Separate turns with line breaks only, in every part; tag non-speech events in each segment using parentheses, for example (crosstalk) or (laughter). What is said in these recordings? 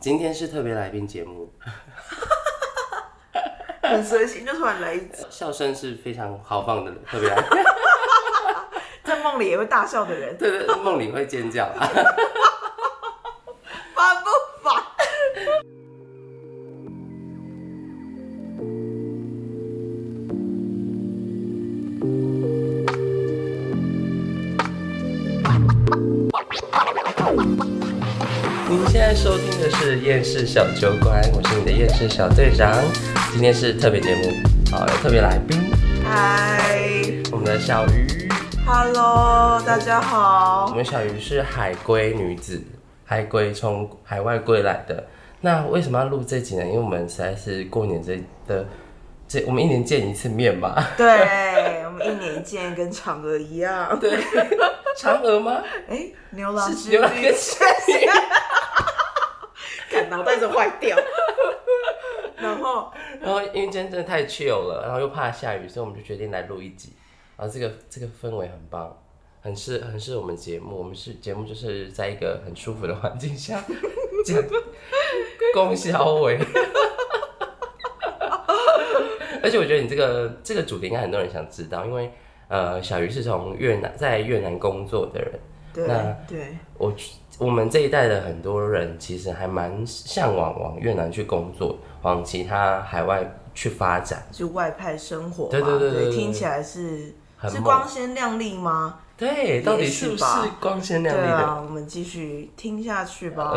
今天是特别来宾节目，
(laughs) 很随性就突然来一句，
笑声是非常豪放的特别来 (laughs) 宾，
在梦里也会大笑的人，
对对，梦里会尖叫 (laughs) 啊！
烦不烦？
您现在收听的是《厌世小酒馆》，我是你的厌世小队长。今天是特别节目，好，有特别来宾，
嗨
我们的小鱼。
，Hello，大家
我
好。
们小鱼是海归女子，海归从海外归来的。那为什么要录这集呢？因为我们实在是过年这的这，我们一年见一次面嘛。
对，我们一年见，跟嫦娥一样。
对， (laughs) 嫦娥吗？
哎，牛郎
是
织
牛郎跟
女，
织
(laughs) 看脑袋都坏
(laughs)
掉。然后，
然后因为今天真的太 chill 了，然后又怕下雨，所以我们就决定来录一集。然后这个这个氛围很棒，很适很适合我们节目。我们是节目就是在一个很舒服的环境下讲供销委。而且我觉得你这个这个主题应该很多人想知道，因为呃，小鱼是从越南在越南工作的人，
对
那
对，
我我们这一代的很多人其实还蛮向往往越南去工作，往其他海外去发展。
就外派生活嘛。
对对对对对
听起来是
很
是
猛
光鲜亮丽吗？
对，到底是不是
吧
光鲜
对
亮丽的？嗯
啊，我们继续听下去吧。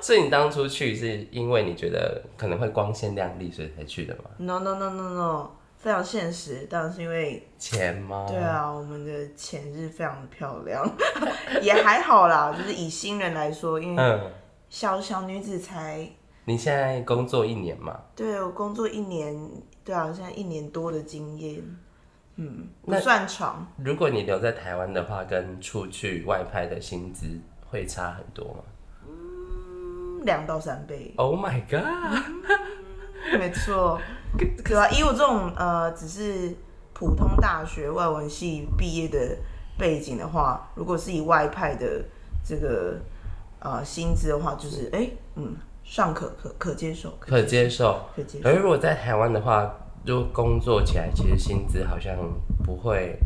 所以你当初去是因为你觉得可能会光鲜亮丽，所以才去的吗？
No no no no no，非常现实，当然是因为
钱吗？
对啊，我们的钱是非常的漂亮， (laughs) 也还好啦，就是以新人来说，因为
嗯，
小小女子才
你现在工作一年嘛，
对我工作一年，对啊，现在一年多的经验，嗯，不
那
算长，
如果你留在台湾的话，跟出去外派的薪资会差很多吗，
嗯两到三倍
？Oh my god！
(laughs) 没错，对啊，以我这种呃只是普通大学外文系毕业的背景的话，如果是以外派的这个呃薪资的话，就是哎、嗯尚可可可接受，可
可接受。
可接受。
而如果在台湾的话，就工作起来，其实薪资好像不会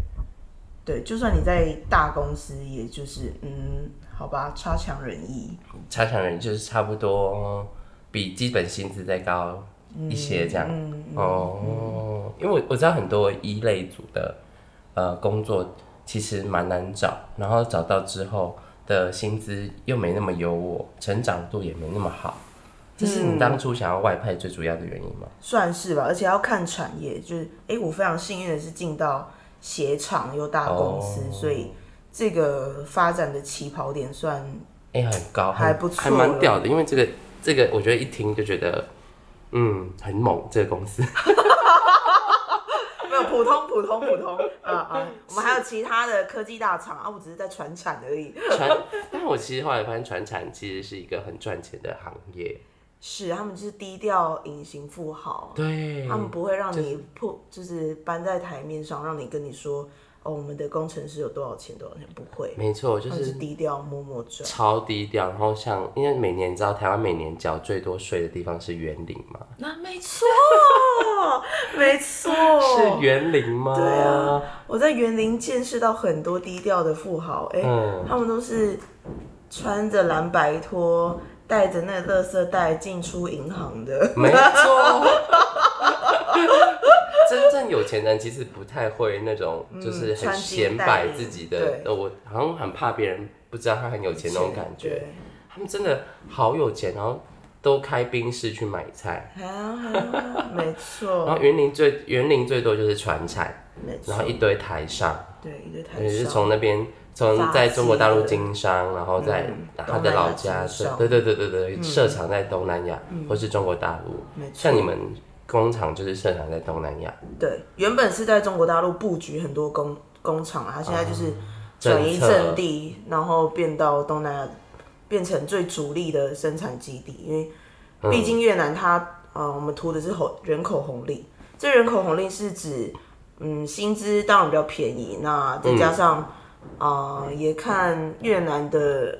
对，就算你在大公司，也就是嗯好吧，差强人意。
差强人意，就是差不多比基本薪资再高一些这样。
嗯，
哦，因为我我知道很多一类组的呃工作其实蛮难找，然后找到之后的薪资又没那么优渥，成长度也没那么好。这是你当初想要外派最主要的原因吗？
算是吧，而且要看产业。就是哎、我非常幸运的是进到鞋厂又大公司，
哦
所以这个发展的起跑点算
哎、很高，很
还不错
还蛮屌的。因为这个这个，我觉得一听就觉得，嗯，很猛。这个公
(laughs)
司
没有普通普通普通啊啊！我们还有其他的科技大厂啊，我只是在传产而已。
传，但我其实后来发现，传产其实是一个很赚钱的行业。
是，他们就是低调隐形富豪，
对，
哦他们不会让你破，就是搬在台面上，让你跟你说哦，我们的工程师有多少钱多少钱，不会，
没错，就
他们
是
是低调默默赚。
超低调。然后像，因为每年你知道台湾每年缴最多税的地方是园林嘛？
那没错，没错， (laughs)
是园林吗？
哦对啊，我在园林见识到很多低调的富豪，哎、
嗯
他们都是穿着蓝白拖，带着那个垃圾袋进出银行的。
没错。 (laughs) 真正有钱人其实不太会那种，就是很
穿嗯金
显
戴
摆
银
自己的
对。
呃我好像很怕别人不知道他很有钱那种感觉。
对。
他们真的好有钱，然后都开宾士去买菜。
啊，没
然
错，
后园林最园林最多就是船产，
没
然
错
后，一堆台商。
对，一个台
也嗯是
商
从那边从在中国大陆经商，然后在
嗯
他的老家
东南亚经商嗯
对对对对对，设厂在东南亚或是中国大陆，
没错，
像你们工厂就是设厂在东南亚，
对，原本是在中国大陆布局很多工工厂啊，他现在就是转移
政策
阵地，然后变到东南亚，变成最主力的生产基地，因为毕竟越南它，呃，我们图的是红人口红利。这人口红利是指，嗯，薪资当然比较呃便宜，那再加上，啊、也看越南的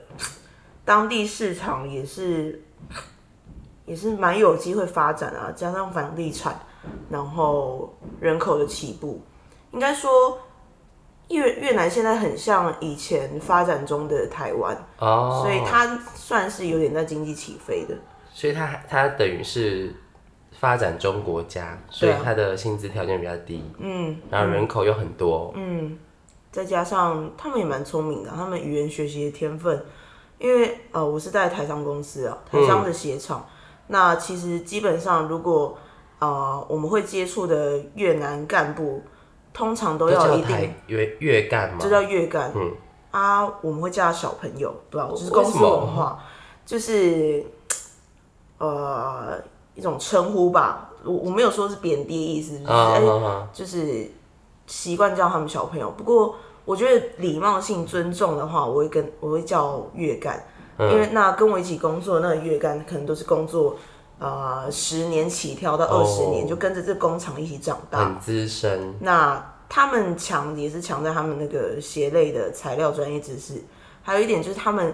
当地市场也是也是蛮有机会发展啊，加上房地产，然后人口的起步，应该说越越南现在很像以前发展中的台湾，
哦，
所以它算是有点在经济起飞的。
所以他他等于是发展中国家，所以
对啊
他的薪资条件比较低，
嗯
然后人口又很多，
嗯，再加上他们也蛮聪明的，他们语言学习的天分，因为呃，我是在台商公司啊，
嗯
台商的鞋厂，那其实基本上如果呃我们会接触的越南干部，通常都
都
要有
叫
一定
台越越干嘛
这？叫越干。
嗯
啊，我们会叫他小朋友，不知道，就是
为
公
什
司
么
文化，就是呃一种称呼吧。我我没有说是贬低意思，就是
啊
哎、
啊啊！
就是习惯叫他们小朋友。不过我觉得礼貌性尊重的话，我会跟我会叫月干，因为那跟我一起工作的那个月干可能都是工作呃十年起跳到二十年，
哦
就跟着这工厂一起长大。
很资深，
那他们强也是强在他们那个鞋类的材料专业知识，还有一点就是他们，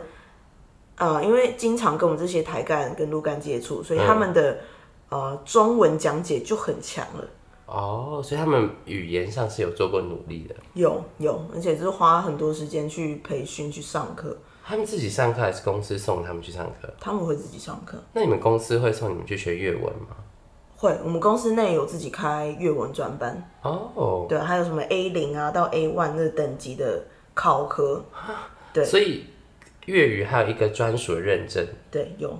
呃，因为经常跟我们这些台干跟路干接触，所以他们的、呃中文讲解就很强了。
哦，所以他们语言上是有做过努力的。
有有，而且就是花很多时间去培训、去上课，
他们自己上课还是公司送他们去上课？
他们会自己上课。
那你们公司会送你们去学粤文吗？
会，我们公司内有自己开粤文专班，
哦，
对，还有什么 A 零啊到 A one 那等级的考科，对
所以粤语还有一个专属的认证，
对，有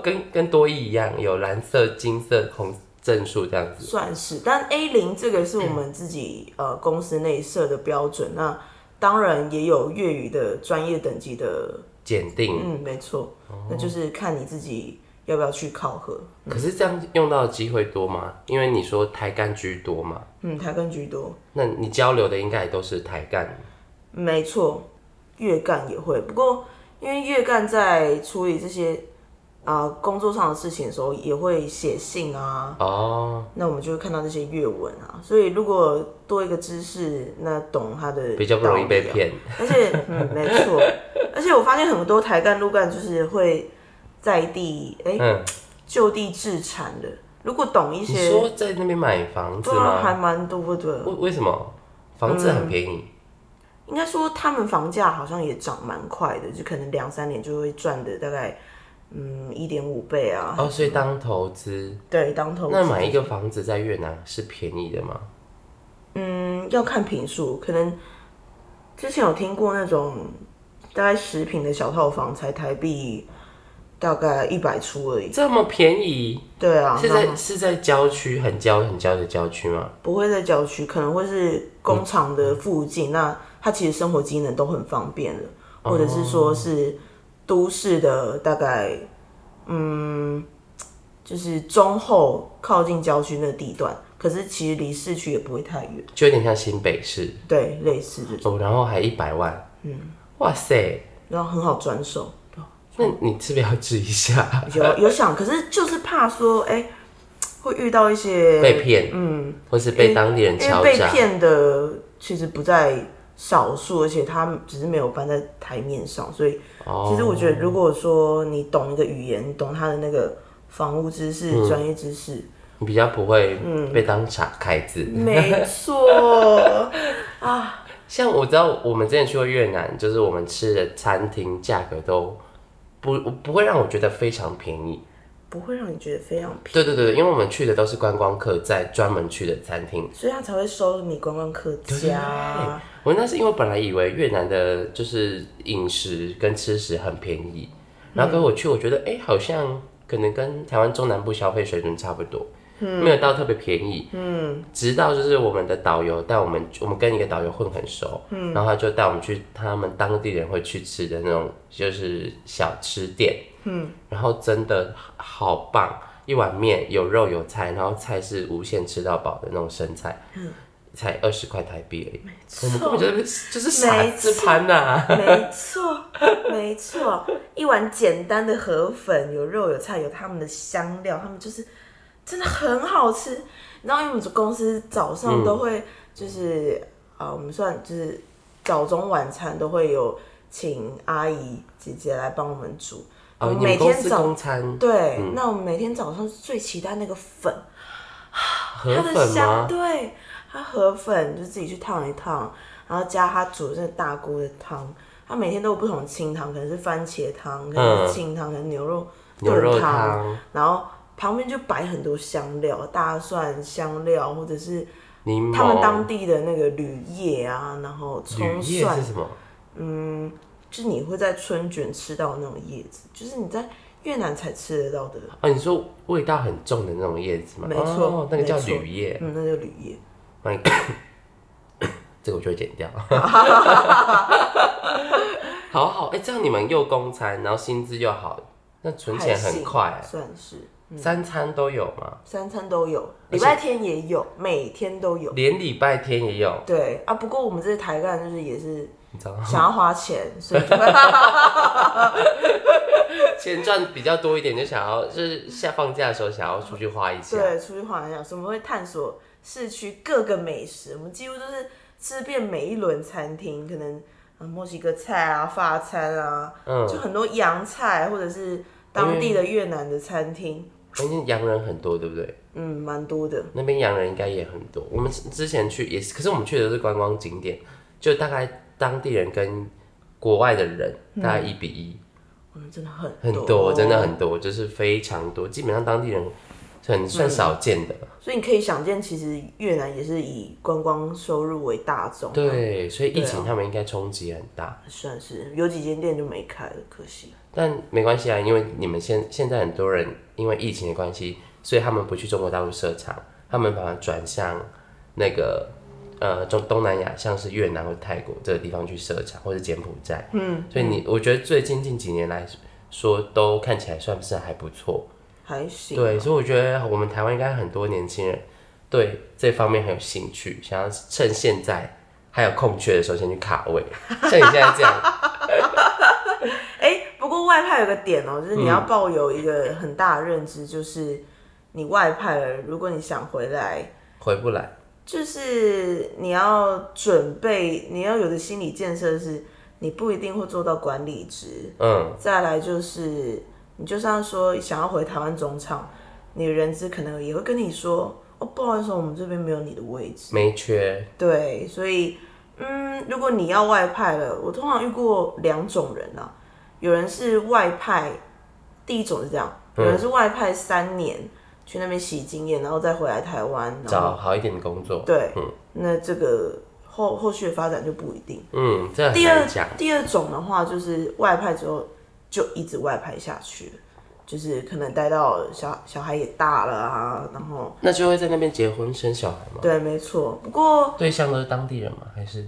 跟 (laughs) 跟多益一样，有蓝色、金色、红证书这样子。
算是，但 A 零这个是我们自己、呃公司内设的标准，那当然也有粤语的专业等级的，
检定，
嗯，没错，那就是看你自己要不要去考核，
可是这样用到的机会多吗？因为你说台干居多嘛，
嗯，台更居多，
那你交流的应该也都是台干。
没错，越干也会，不过因为越干在处理这些啊、呃工作上的事情的时候，也会写信啊，
哦，
那我们就会看到这些阅文啊，所以如果多一个知识，那懂它的
比较不容易被
道理啊
骗。
而且，嗯，没
(laughs)
错，而且我发现很多台干、路干就是会在地哎、
嗯，
就地制产的。如果懂一
你
些，
说在那边买房子
对啊，还
吗？
蛮多的。
为为什么房子很便宜？
应该说他们房价好像也涨蛮快的，就可能两三年就会赚的大概嗯一点五倍啊。
哦，所以当投资，
对，当投资
那买一个房子在越南是便宜的吗？
嗯要看平数，可能之前有听过那种大概十平的小套房才台币大概一百出而已。
这么便宜，
对啊，
是
然后
在是在郊区，很郊很郊的郊区吗？
不会在郊区，可能会是工厂的附近。那它其实生活机能都很方便了，或者是说是都市的大概，嗯，就是中后靠近郊区那个地段。可是其实离市区也不会太远，
就有点像新北市
对，类似这种，
哦，然后还一百万，嗯，哇塞，
然后很好转手。
那你是不是要治一下？
有有想，可是就是怕说，哎、会遇到一些
被骗，嗯，或是被当地人
因为
敲
被
诈，
骗的其实不在少数，而且他只是没有搬在台面上，所以
哦
其实我觉得，如果说你懂一个语言，你懂他的那个房屋知识、专业
(laughs)
知识，
你比较不会
嗯
被当傻凯子。
没错，
像我知道我们之前去过越南，就是我们吃的餐厅价格都不不会让我觉得非常便宜。
不会让你觉得非常便宜，
对对对，因为我们去的都是观光客在专门去的餐厅。
所以他才会收你观光客价。
我那是因为本来以为越南的就是饮食跟吃食很便宜，然后跟我去，我觉得哎、诶好像可能跟台湾中南部消费水准差不多，
嗯
没有到特别便宜。嗯，直到就是我们的导游带我们，我们跟一个导游混很熟，嗯，然后他就带我们去他们当地人会去吃的那种就是小吃店，嗯，然后真的好棒。一碗面有肉有菜，然后菜是无限吃到饱的那种生菜，
嗯
才二十块台币而已。我们根本就是就是傻子潘呐、
没错，没错，一碗简单的河粉，有肉有菜，有他们的香料，他们就是真的很好吃。你知道，因为我们公司早上都会就是啊、呃我们算就是早中晚餐都会有请阿姨姐姐来帮我们煮。
哦，
我
你们
每
公
天
司
早
公餐
对，那我们每天早上是最期待那个粉，
河
它的
粉
香，
吗？
对，它河粉就自己去烫一烫，然后加它煮的这个大锅的汤，它每天都有不同的清汤，可能是番茄汤，可能是清汤，可能牛肉
嗯牛肉
炖
汤，
然后旁边就摆很多香料，大蒜、香料，或者是
柠檬。
他们当地的那个铝叶啊，然
嗯
后
哦铝
葱
叶
蒜
是，什么？
嗯，就是你会在春卷吃到那种叶子，就是你在越南才吃得到的，
哦，你说味道很重的那种叶子吗？
没错
哦那个叫
没错
铝叶。
嗯，那就铝叶。
那你这个我就会剪掉。 (laughs) 好好，哎、这样你们又公餐，然后薪资又好，那存钱很快
还、行算是
三餐都有吗？
三餐都有，
而且
礼拜天也有，每天都有。
连礼拜天也有，
对啊，不过我们这些台干就是也是
你知道吗？
想要
(laughs)
花钱，所以就
钱赚比较多一点，就想要就是下放假的时候想要出去花一下。
对出去晃一下。所以我们会探索市区各个美食，我们几乎都是吃遍每一轮餐厅，可能、嗯、墨西哥菜啊、法餐啊，
嗯，
就很多洋菜或者是当地的越南的餐厅，
那边洋人很多，对不对？
嗯，蛮多的。
那边洋人应该也很多。我们之前去也是，可是我们去的是观光景点，就大概当地人跟国外的人大概一比一、
我们嗯真的很
嗯很多，真的很多，就是非常多，基本上当地人很算少见的。
所以你可以想见，其实越南也是以观光收入为大宗，，
对，啊所以疫
对
情他们应该冲击很大，
算是有几间店就没开了，可惜。
但没关系啊，因为你们现现在很多人因为疫情的关系，所以他们不去中国大陆设厂，他们把它转向那个呃中东南亚，像是越南或泰国这个地方去设厂，或者柬埔寨。嗯，所以你我觉得最近近几年来说，都看起来算是还不错。
还行，
对，所以我觉得我们台湾应该很多年轻人对这方面很有兴趣，想要趁现在还有空缺的时候先去卡位。像你现在这样，
哎、不过外派有个点哦、就是你要抱有一个很大的认知，就是你外派了，如果你想回来，
回不来，
就是你要准备，你要有的心理建设是，你不一定会做到管理职。
嗯，
再来就是，你就算说想要回台湾总厂，你的人资可能也会跟你说，哦，不好意思，我们这边没有你的位置。
没缺，
对，所以嗯，如果你要外派了，我通常遇过两种人啊，有人是外派，第一种是这样，
嗯
有人是外派三年、去那边洗经验，然后再回来台湾，然后
找好一点的工作。
对，那这个后后续的发展就不一定。
嗯，这很
第二
难讲。
第二种的话，就是外派之后就一直外派下去了。就是可能待到小小孩也大了啊，然后
那就会在那边结婚生小孩吗？
对，没错。不过
对象都是当地人吗？还是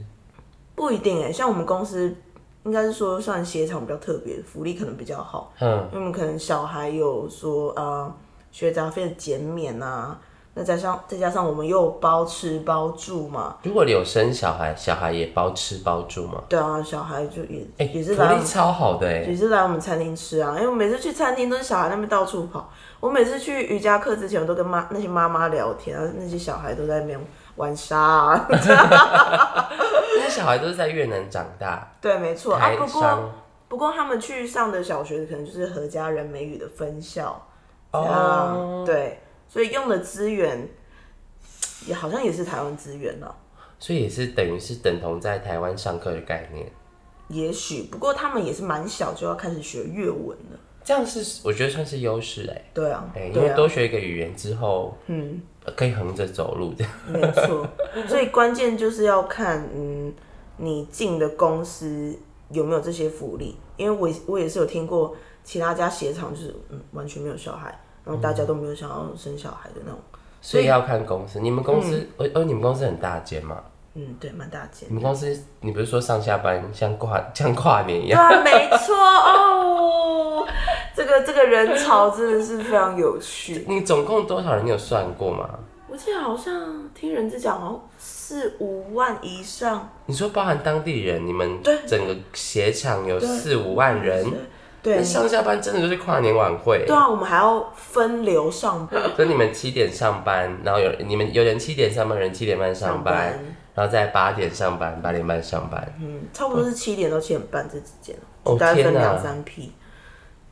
不一定哎、像我们公司应该是说算鞋厂比较特别，福利可能比较好，
嗯，
因为我们可能小孩有说呃学杂费的减免啊，那加上再加上我们又有包吃包住嘛，
如果你有生小孩，小孩也包吃包住吗？
对啊，小孩就也、
哎、
也是
福
来我
利
们
超好的哎、
也是来我们餐厅吃啊，因为我每次去餐厅都是小孩那边到处跑，我每次去瑜伽课之前，我都跟妈那些妈妈聊天，然后那些小孩都在那边玩沙啊， (laughs)
那小孩都是在越南长大，
对，没错啊，
台
不过。
商
不过他们去上的小学可能就是何家人美语的分校，
哦
啊，对，所以用的资源也好像也是台湾资源了、
所以也是等于是等同在台湾上课的概念。
也许。不过他们也是蛮小就要开始学粤文了，
这样是我觉得算是优势哎，
对啊，
哎，因
对
为
啊，
多学一个语言之后，嗯，可以横着走路这样。
没错。所以关键就是要看，嗯，你进的公司有没有这些福利，因为我也我也是有听过其他家鞋厂就是嗯完全没有小孩，然后大家都没有想要生小孩的那种，
所以要看公司，你们公司，哦哦，你们公司很大间嘛？
嗯，对，蛮大件。
你们公司，你不是说上下班像跨像跨年一
对
样？
啊，没错哦，这个这个人潮真的是非常有趣。
你总共多少人？你有算过吗？
我记得好像听人家讲，好像四五万以上，
你说包含当地人，你们
对
整个鞋厂有四五万人，
对
那上下班真的就是跨年晚会。
对啊，我们还要分流上班， (laughs)
所以你们七点上班，然后有你们有人七点上班，有人七点半上班，
上班
然后在八点上班，八点半上班。
嗯，差不多是七点到七点半这之间，
哦
就大概分
天哪
两三批。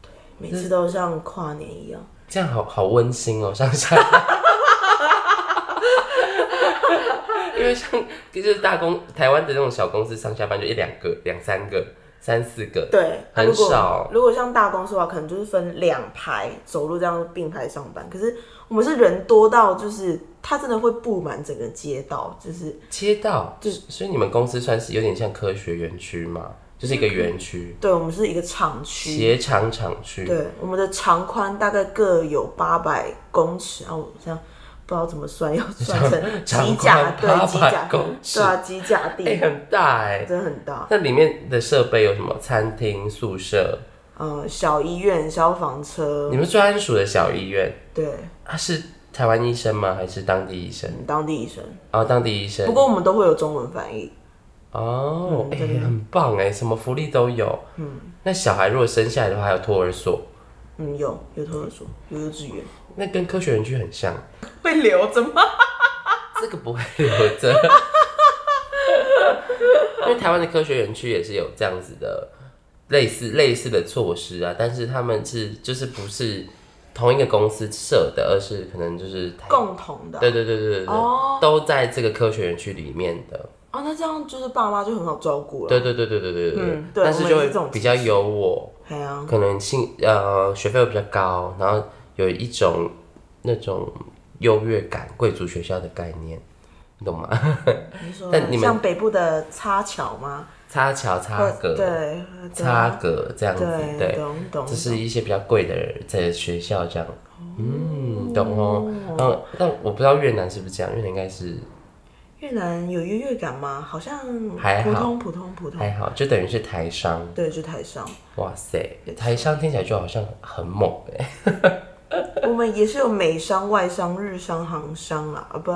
对，每次都像跨年一样。
这样好好温馨哦，像下。 (laughs) 因为像就是大公台湾的那种小公司，上下班就一两个、两三个、三四个，
对，啊
很
如果
少
如果像大公司的话，可能就是分两排走路这样并排上班。可是我们是人多到，就是它真的会布满整个街道，就是
街道就是，所以你们公司算是有点像科学园区嘛，就是一个园区，
对我们是一个厂区。
鞋厂厂区，
嗯对，我们的长宽大概各有八百公尺啊，我这样不知道怎么算，要算成
长 (laughs)
几
宽
甲，对，几
800
甲
公，尺
对啊，几甲地，
哎、很大哎、
真的很大。
那里面的设备有什么？餐厅、宿舍，
呃，小医院、消防车，
你们专属的小医院，
对，
啊、是台湾医生吗？还是当地医生？
当地医生。
哦，当地医生
不。过我们都会有中文翻译，
哦，哎、很棒哎，什么福利都有。嗯，那小孩如果生下来的话，还有托儿所，
嗯，有有托儿所，有幼稚园，
那跟科学园区很像。
(laughs) 会留着吗？
这个不会留 (laughs) 着，因为台湾的科学园区也是有这样子的类似类似的措施啊，但是他们是就是不是同一个公司设的，而是可能就是台
共同的啊
对对对对对对，
哦
都在这个科学园区里面的。
哦，那这样就是爸妈就很好照顾了。
对对对对对对对对
嗯对
但是
我
就
们也是这
会
种
比较有我，
哎呀，
可能性呃学费会比较高，然后有一种那种优越感，贵族学校的概念，你懂吗？
你说
但你们
像北部的插桥吗？
擦桥擦
或
格，
对，对啊
擦格这样子，
对，
对，
懂懂哦
这。是一些比较贵的人在学校这样，嗯，懂哦。然后，但我不知道越南是不是这样，越南应该是
越南有优越感吗？好像
还
普
好
通普通普通。
还好，就等于是台商，
对，就台上，
哇塞，台商听起来就好像很猛哎、
我们也是有美商、外商、日商、航商啦，啊不，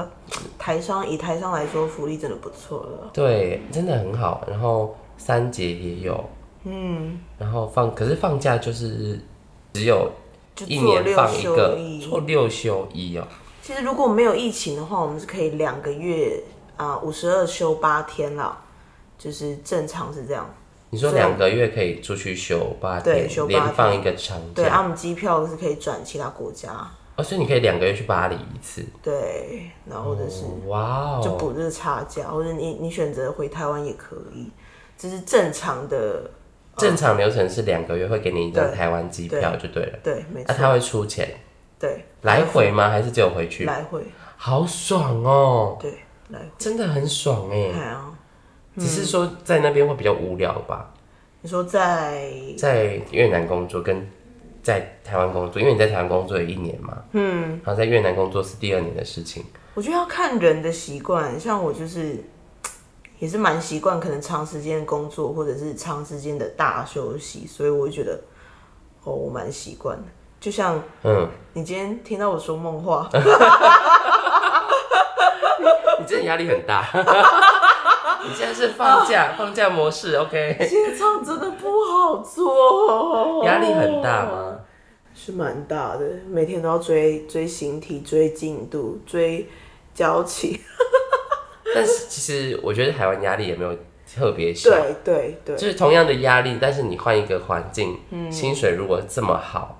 台商以台商来说，福利真的不错了。
对，真的很好。然后三节也有，
嗯，
然后放，可是放假就是只有
就
一
做
年
六
放一
休
个，
一。
做六休一哦，
其实如果没有疫情的话，我们是可以两个月啊，五十二休八天啦，就是正常是这样。
你说
所以
两个月可以出去休八
对
天
休，八
连
天
放一个长假
对，，啊，我们机票是可以转其他国家，
哦，所以你可以两个月去巴黎一次，
对，然后或者是
哦哇
就
哦，
补这个差价，或者你你选择回台湾也可以，这是正常的。
正常流程是两个月会给你一张
对
台湾机票就嗯对了，
对，没
那、
错，
他会出钱
对，
来回吗？还是只有回去？
来回，
好爽哦，
对，来回。
真的很爽哎、
哎呀，
只是说在那边会比较无聊吧，
你说在
在越南工作跟在台湾工作，因为你在台湾工作有一年嘛，嗯，然后在越南工作是第二年的事情，
我觉得要看人的习惯，像我就是也是蛮习惯，可能长时间工作或者是长时间的大休息，所以我就觉得哦，我蛮习惯的。就像
嗯，
你今天听到我说梦
(laughs)
话，
你真的压力很大， (laughs) 你现在是放假放假模式，OK。
现场真的不好做，
压力很大？吗？
是蛮大的，每天都要追追形体、追进度、追交期。 (laughs)
但是其实我觉得台湾压力也没有特别小，
对对对，嗯
就是啊同样的压力，但是你换一个环境，薪水如果这么好，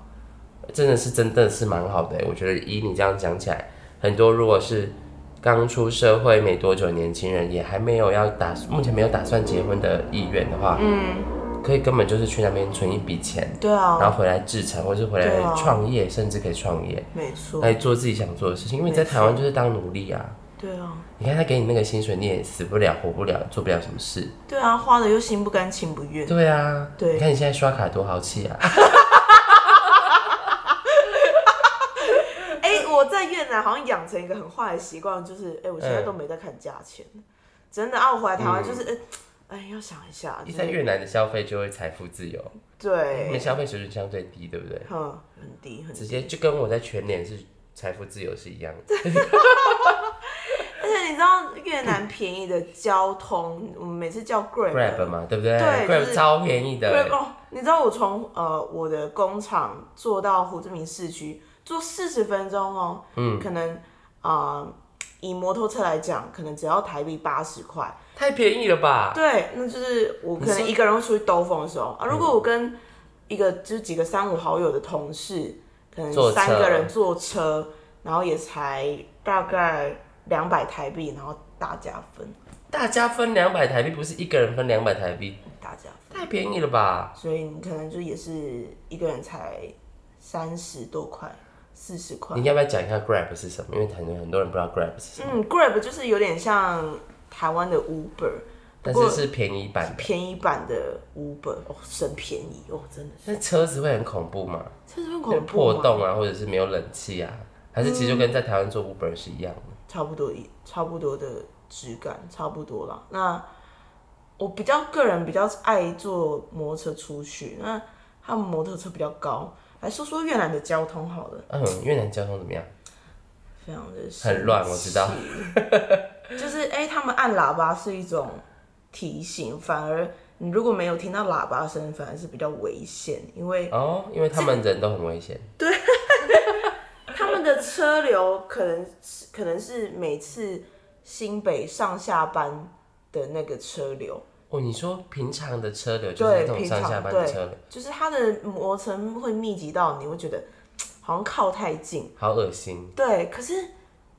真的是真的是蛮好的欸。我觉得以你这样讲起来，很多如果是刚出社会没多久的年轻人，也还没有要打，目前没有打算结婚的意愿的话，嗯，可以根本就是去那边存一笔钱，
对啊，
然后回来自产，或是回
对
来
啊
创业，甚至可以创业，
没错，
来做自己想做的事情。因为你在台湾就是当奴隶啊。
对啊，
你看他给你那个薪水，你也死不了、活不了、做不了什么事。
对啊，花的又心不甘情不愿。
对啊，
对
你看你现在刷卡多豪气啊！
哎、我在越南好像养成一个很坏的习惯，就是哎、我现在都没在看价钱，真的啊，我回来台湾就是哎。哎，要想一下，
一
就
在
是
越南的消费就会财富自由，因为
对，
消费水准相对低，对不对？
哼，很低很低。
直接就跟我在全年是财富自由是一样的。
而且你知道越南便宜的交通，我们每次叫 Grab，
Grab 嘛，对不对
对就
Grab
是
超便宜
对
的，
哦，你知道我从呃我的工厂坐到胡志明市区，坐四十分钟哦，嗯，可能啊、呃以摩托车来讲，可能只要台币八十块。
太便宜了吧？嗯
对，那就是我可能一个人会出去兜风的时候啊。如果我跟一个就是几个三五好友的同事，可
坐车
能三个人坐车，然后也才大概两百台币，然后大家分，
大家分两百台币，不是一个人分两百台币，
大家分，
太便宜了吧？
所以你可能就也是一个人才三十多块，四十块
你。要不要讲一下 Grab 是什么？因为很多很多人不知道 Grab 是什么，
嗯，Grab 就是有点像台湾的 Uber，不
但
过
是是便宜版的。
便宜版的 Uber，哦，真便宜哦，真的是，
那车子会很恐怖吗？
这是很恐怖嗯
破
吗？
洞啊，或者是没有冷气啊，还是其实就跟在台湾做 Uber 是一样的？
差不多一差不多的质感，差不多啦。那我比较个人比较爱坐摩托车出去，那他们摩托车比较高。来说说越南的交通好了，
嗯，越南交通怎么样？
非常的神奇
很乱，我知道。
就是哎、他们按喇叭是一种提醒，反而你如果没有听到喇叭声，反而是比较危险，因为
哦，因为他们人都很危险。
他们的车流可能是可能是每次新北上下班的那个车流，
哦，你说平常的车流就是那
对，
种
平
上下
常
班
对，
的车流，
就是它的磨层会密集到你会觉得好像靠太近，
好恶心。
对，可是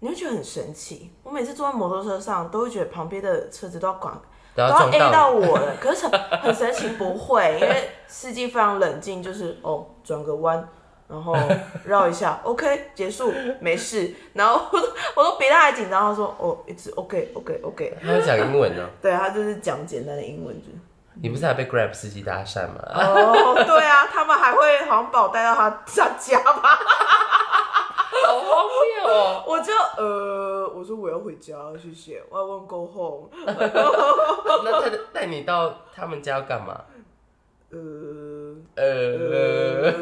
你会觉得很神奇。我每次坐在摩托车上，都会觉得旁边的车子都要管，
都要
都要
撞
A 到
到你，
我了。可是很很神奇，不会，因为司机非常冷静，就是哦转个弯。然后绕一下，OK，结束，没事。然后 (laughs) 我都我都比他还紧张，他说哦，一直 OK OK OK，
他会讲英文哦。
对他就是讲简单的英文，就是
你不是还被 Grab 司机搭讪
(laughs)
吗？
哦，对啊，他们还会好像把我带到他他家吧？
好荒谬哦！
我就呃，我说我要回家，谢谢，I want go home。
那他带你到他们家要干嘛？
呃
呃，
呃，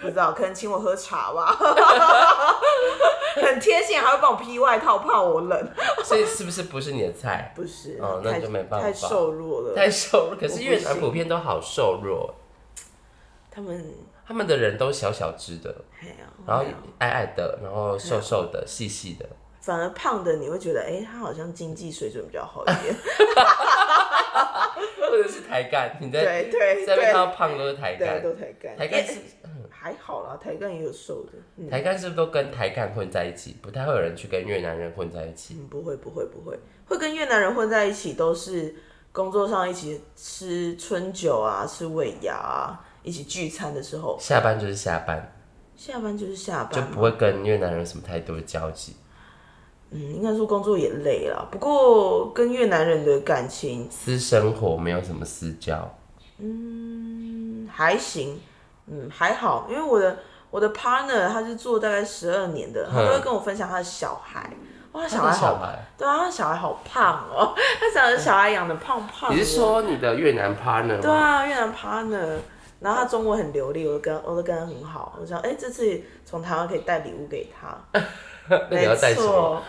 (laughs) 不知道，可能请我喝茶吧。 (laughs) 很贴心，还会帮我披外套，怕我冷。
所以是不是不是你的菜？
不是，
哦那
太
就没办法
太瘦弱了。
太瘦弱，可是越
呃我不
南
行
普遍都好瘦弱，
他们，
他们的人都小小只的，
哎呀，
然后
哎呀
矮矮的，然后瘦瘦的，细细
(laughs)
的。
反而胖的你会觉得，哎、他好像经济水准比较好一
(laughs)
点。
或者是抬杠，你在
对对
在那边看
对，
到胖都是抬
对，
杠，
都抬杠，
抬杠是
还好啦，抬杠也有瘦的。嗯
抬杠是不是都跟抬杠混在一起？不太会有人去跟越南人混在一起。
嗯，不会不会不会，会跟越南人混在一起都是工作上一起吃春酒啊，吃尾牙啊，一起聚餐的时候，
下班就是下班，
哦下班就是下
就
班嘛。
不会跟越南人有什么太多的交集。
嗯，应该说工作也累了，不过跟越南人的感情，
私生活没有什么私交，
嗯，还行，嗯，还好，因为我的我的 partner 他是做大概十二年的，他都会跟我分享他的小孩，哇，他小
嗯他的
孩好
小，孩。
对啊，他小孩好胖哦， (laughs) 他小孩小孩养的胖胖的。
你是说你的越南 partner
对
吗？
啊，越南 partner，然后他中文很流利，我都跟我都跟他很好。我想，哎、这次从台湾可以带礼物给他，
那你要带
没
什么？
错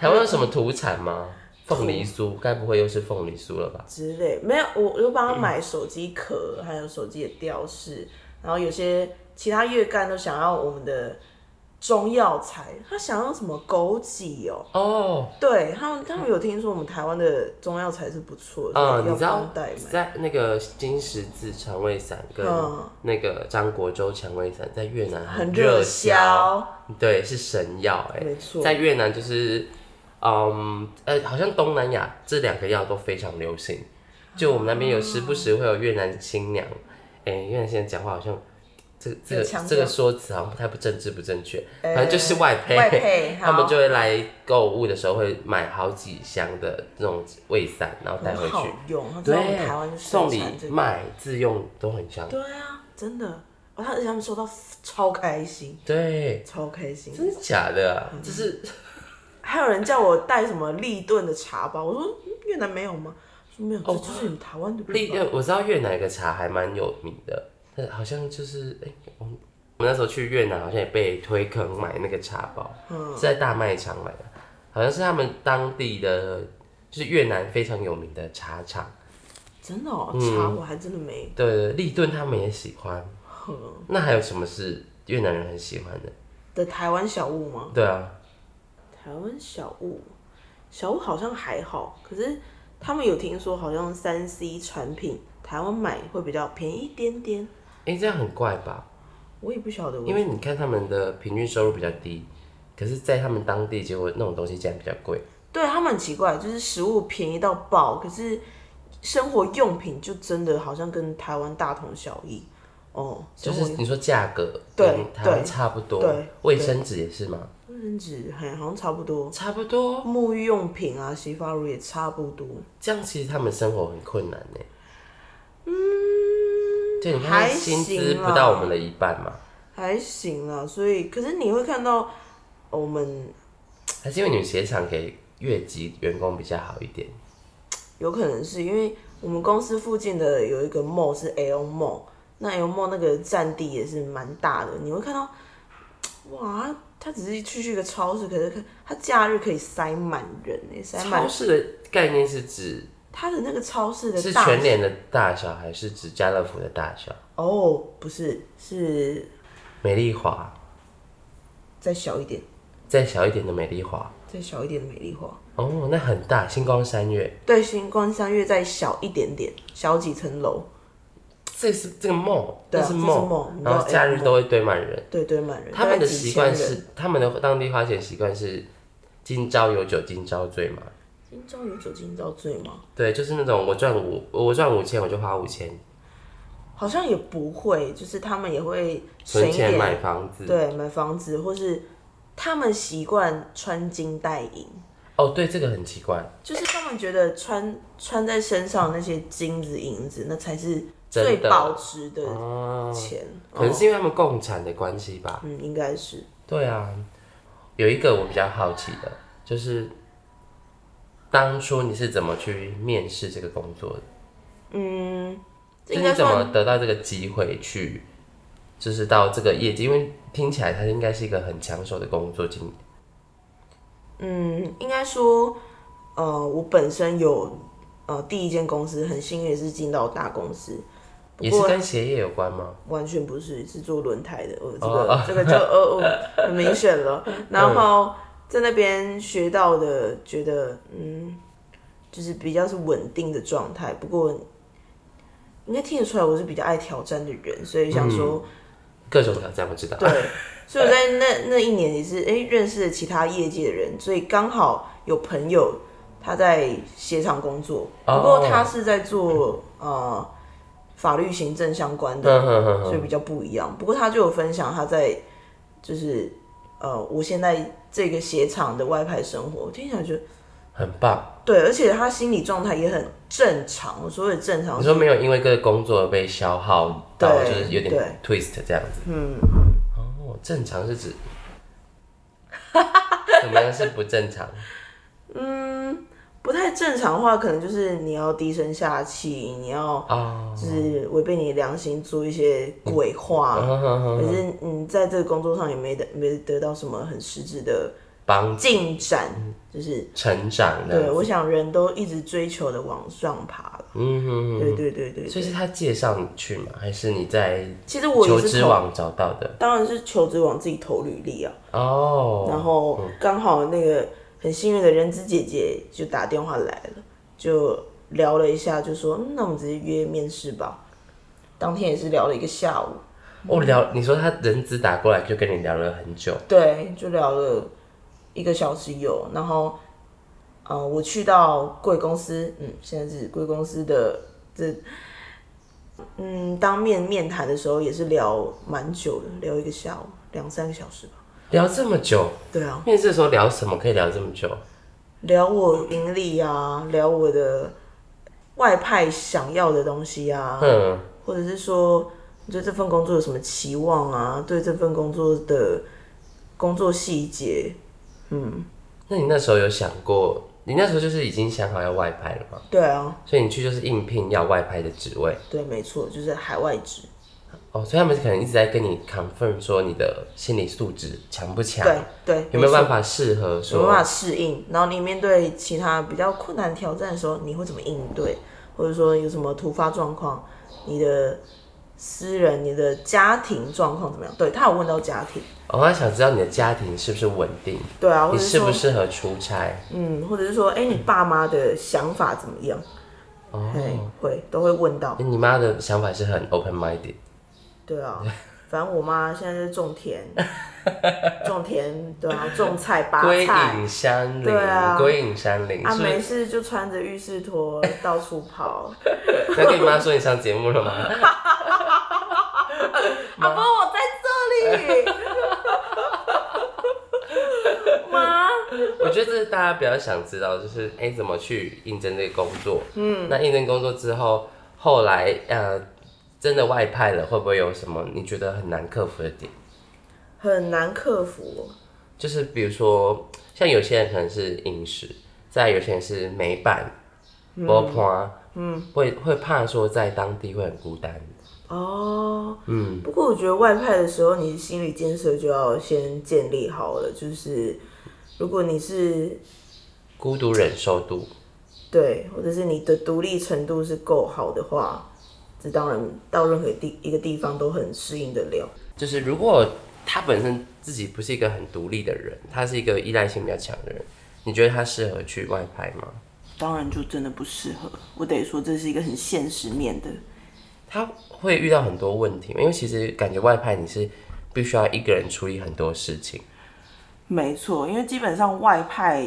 台湾有什么土产吗？凤梨酥，该不会又是凤梨酥了吧？
之类。没有，我我就帮他买手机壳，还有手机的吊饰，然后有些其他月干都想要我们的中药材，他想要什么枸杞哦。
哦，
对他们，他们有听说我们台湾的中药材是不错的，
嗯，
要
你知道
帮代买。
在那个金十字肠胃散跟
嗯
那个张国周肠胃散在越南
很
热
热销，
对，是神药哎、
没错
在越南就是，嗯呃，好像东南亚这两个药都非常流行，就我们那边有时不时会有越南新娘，哎、越南新娘讲话好像。这个这
有
个
腔调呃
这个说辞好像不太不政治不正确，反正就是外配，(laughs)
外配
他们
好
就会来购物的时候会买好几箱的那种胃散，然后带回
很好
去。
用，他知道我们台湾
对，
就
送礼
盛产这个。
卖自用都很香。
对啊，真的，哦，他而且他们收到超开心，
对，
超开心。
真的假的、
嗯
啊？这是
还有人叫我带什么立顿的茶包，我说嗯越南没有吗？说没有，这就是你们台湾的
立
吧。
我知道越南有个茶还蛮有名的，但好像就是哎、我们我们那时候去越南好像也被推坑买那个茶包，是在大卖场买的，好像是他们当地的，就是越南非常有名的茶厂。
真的哦，茶我还真的没
对对，立顿他们也喜欢。
喝
那还有什么是越南人很喜欢的？
的台湾小物吗？
对啊，
台湾小物，小物好像还好，可是他们有听说好像三 C 产品台湾买会比较便宜一点点，
哎、这样很怪吧？
我也不晓得为什
因
么。
为你看他们的平均收入比较低，可是，在他们当地，结果那种东西竟然比较贵。
对他们很奇怪，就是食物便宜到爆，可是生活用品就真的好像跟台湾大同小异哦。
就是
生活
你说价格
对
跟台湾差不多
对，
卫生纸也是吗？
卫生纸嘿好像差不多，
差不多，
沐浴用品啊、洗发乳也差不多。
这样其实他们生活很困难呢。嗯，对，你看
还
他薪资
行啦
不到我们的一半嘛，
还行啦，所以可是你会看到我们
还是因为你们鞋厂给越级员工比较好一点。
有可能是因为我们公司附近的有一个 mall 是 L mall，那 L mall 那个占地也是蛮大的，你会看到，哇，它它只是去去一个超市，可是它它假日可以塞满人欸塞满
超市的概念是指
它的那个超市的
是
大
全脸的大小，还是指家乐福的大小？
哦，不是是
美丽华
再小一点，
再小一点的美丽华，
再小一点的美丽华。
哦，那很大，星光三月，
对，星光三月再小一点点，小几层楼，
这是这个梦，
对啊
是
这是梦
梦，
你
然后
知道
假
M
日都会堆满人。
对对，满人。
他们
大
的
概几
习
千
惯
人
是，他们的当地花钱习惯是“今朝有酒今朝醉”嘛？
今朝有酒今朝醉吗？
对，就是那种我赚五，我赚五千我就花五千，
好像也不会，就是他们也会省
存
一
钱
点，
买房子。
对，买房子或是他们习惯穿金戴银，
哦，对，这个很奇怪，
就是他们觉得穿穿在身上的那些金子银子，那才是
真
最
的
保值的
哦，
钱。
可能
哦
是因为他们共产的关系吧。
嗯，应该是
对啊，有一个我比较好奇的，就是当初你是怎么去面试这个工作的？
这
就
应
你
该
怎
算
么得到这个机会去，就是到这个业绩？因为听起来它应该是一个很抢手的工作经
嗯，应该说，呃，我本身有呃第一间公司，很幸运是进到大公司，不
也是
过
跟鞋业有关吗？
完全不是是做轮胎的，呃，这个、
哦
(laughs) 这个就呃呃很明显
(laughs)
了。然后在那边学到的，觉得嗯，就是比较是稳定的状态。不过应该听得出来，我是比较爱挑战的人，所以想说。
各种挑战我知道。
(laughs) 对，所以我在那那一年也是哎、诶认识了其他业界的人，所以刚好有朋友他在鞋厂工作，
哦
不过他是在做呃法律行政相关的，
嗯哼哼
所以比较不一样。不过他就有分享他在就是呃我现在这个鞋厂的外派生活，我听起来觉得
很棒。
对，而且他心理状态也很正常，我所谓的正常
你说没有因为这个工作而被消耗到，
对
就是有点 twist 这样子。嗯。哦，正常是指 (laughs) 怎么样是不正常？
不太正常的话，可能就是你要低声下气，你要
哦，
就是违背你良心做一些鬼话，
嗯哼哼
可是你在这个工作上也没得没得到什么很实质的
帮
进展，
嗯
就是
成长
对，
的。
我想人都一直追求的往上爬了，
嗯哼
对对对对
哼。所以
对。
是他介绍你去吗？还是你在
其实我
求
也是
职
投，
网找到的？
当然是求职网自己投履历啊，然
哦，
后刚好那个很幸运的人资姐姐就打电话来了，就聊了一下，就说、嗯、那我们直接约面试吧。当天也是聊了一个下午，
我哦聊，你说他人资打过来就跟你聊了很久，
对，就聊了一个小时有，然后，呃，我去到贵公司，嗯，现在是贵公司的这，嗯，当面面谈的时候也是聊蛮久的，聊一个下午，两三个小时吧。
聊这么久，
对
哦
啊，
面试的时候聊什么可以聊这么久？
聊我盈利啊，聊我的外派想要的东西啊，
嗯，
或者是说你对这份工作有什么期望啊，对这份工作的工作细节，
那你那时候有想过，你那时候就是已经想好要外派了吗？
对啊。
所以你去就是应聘要外派的职位
对，没错，就是海外职。
哦，所以他们可能一直在跟你 confirm 说你的心理素质强不强，
对对，
有没有
错
办法适合
有没有
说
办法适应？然后你面对其他比较困难挑战的时候，你会怎么应对？或者说有什么突发状况，你的
私人，你的家庭状况怎么样？对他有问到家庭，
我还哦想知道你的家庭是不是稳定，
对啊，或
你
者
适
说
不适合出差。
嗯，或者是说，哎、你爸妈的想法怎么样？
哦，
哎、会都会问到。
你妈的想法是很 open minded，
对啊，反正我妈现在在种田，种田对啊，种菜拔
归
菜，
隐山
对啊
林，归隐山林，
啊
是不
没
是？
事就穿着浴室拖到处跑。
那跟你妈说你上节目了吗？
阿波，我在这里。妈，
我觉得这是大家比较想知道，就是哎、怎么去应征这个工作？嗯，那应征工作之后，后来呃，真的外派了，会不会有什么你觉得很难克服的点？
(laughs) 很难克服哦、
就是比如说，像有些人可能是饮食，再有些人是美版、波盘，嗯，会会怕说在当地会很孤单，
哦，
嗯，
不过我觉得外派的时候，你心理建设就要先建立好了。就是如果你是
孤独忍受度，
对，或者是你的独立程度是够好的话，这当然到任何地一个地方都很适应得了。
就是如果他本身自己不是一个很独立的人，他是一个依赖性比较强的人，你觉得他适合去外派吗？
当然就真的不适合，我得说这是一个很现实面的。
他会遇到很多问题吗，因为其实感觉外派你是必须要一个人处理很多事情，
没错，因为基本上外派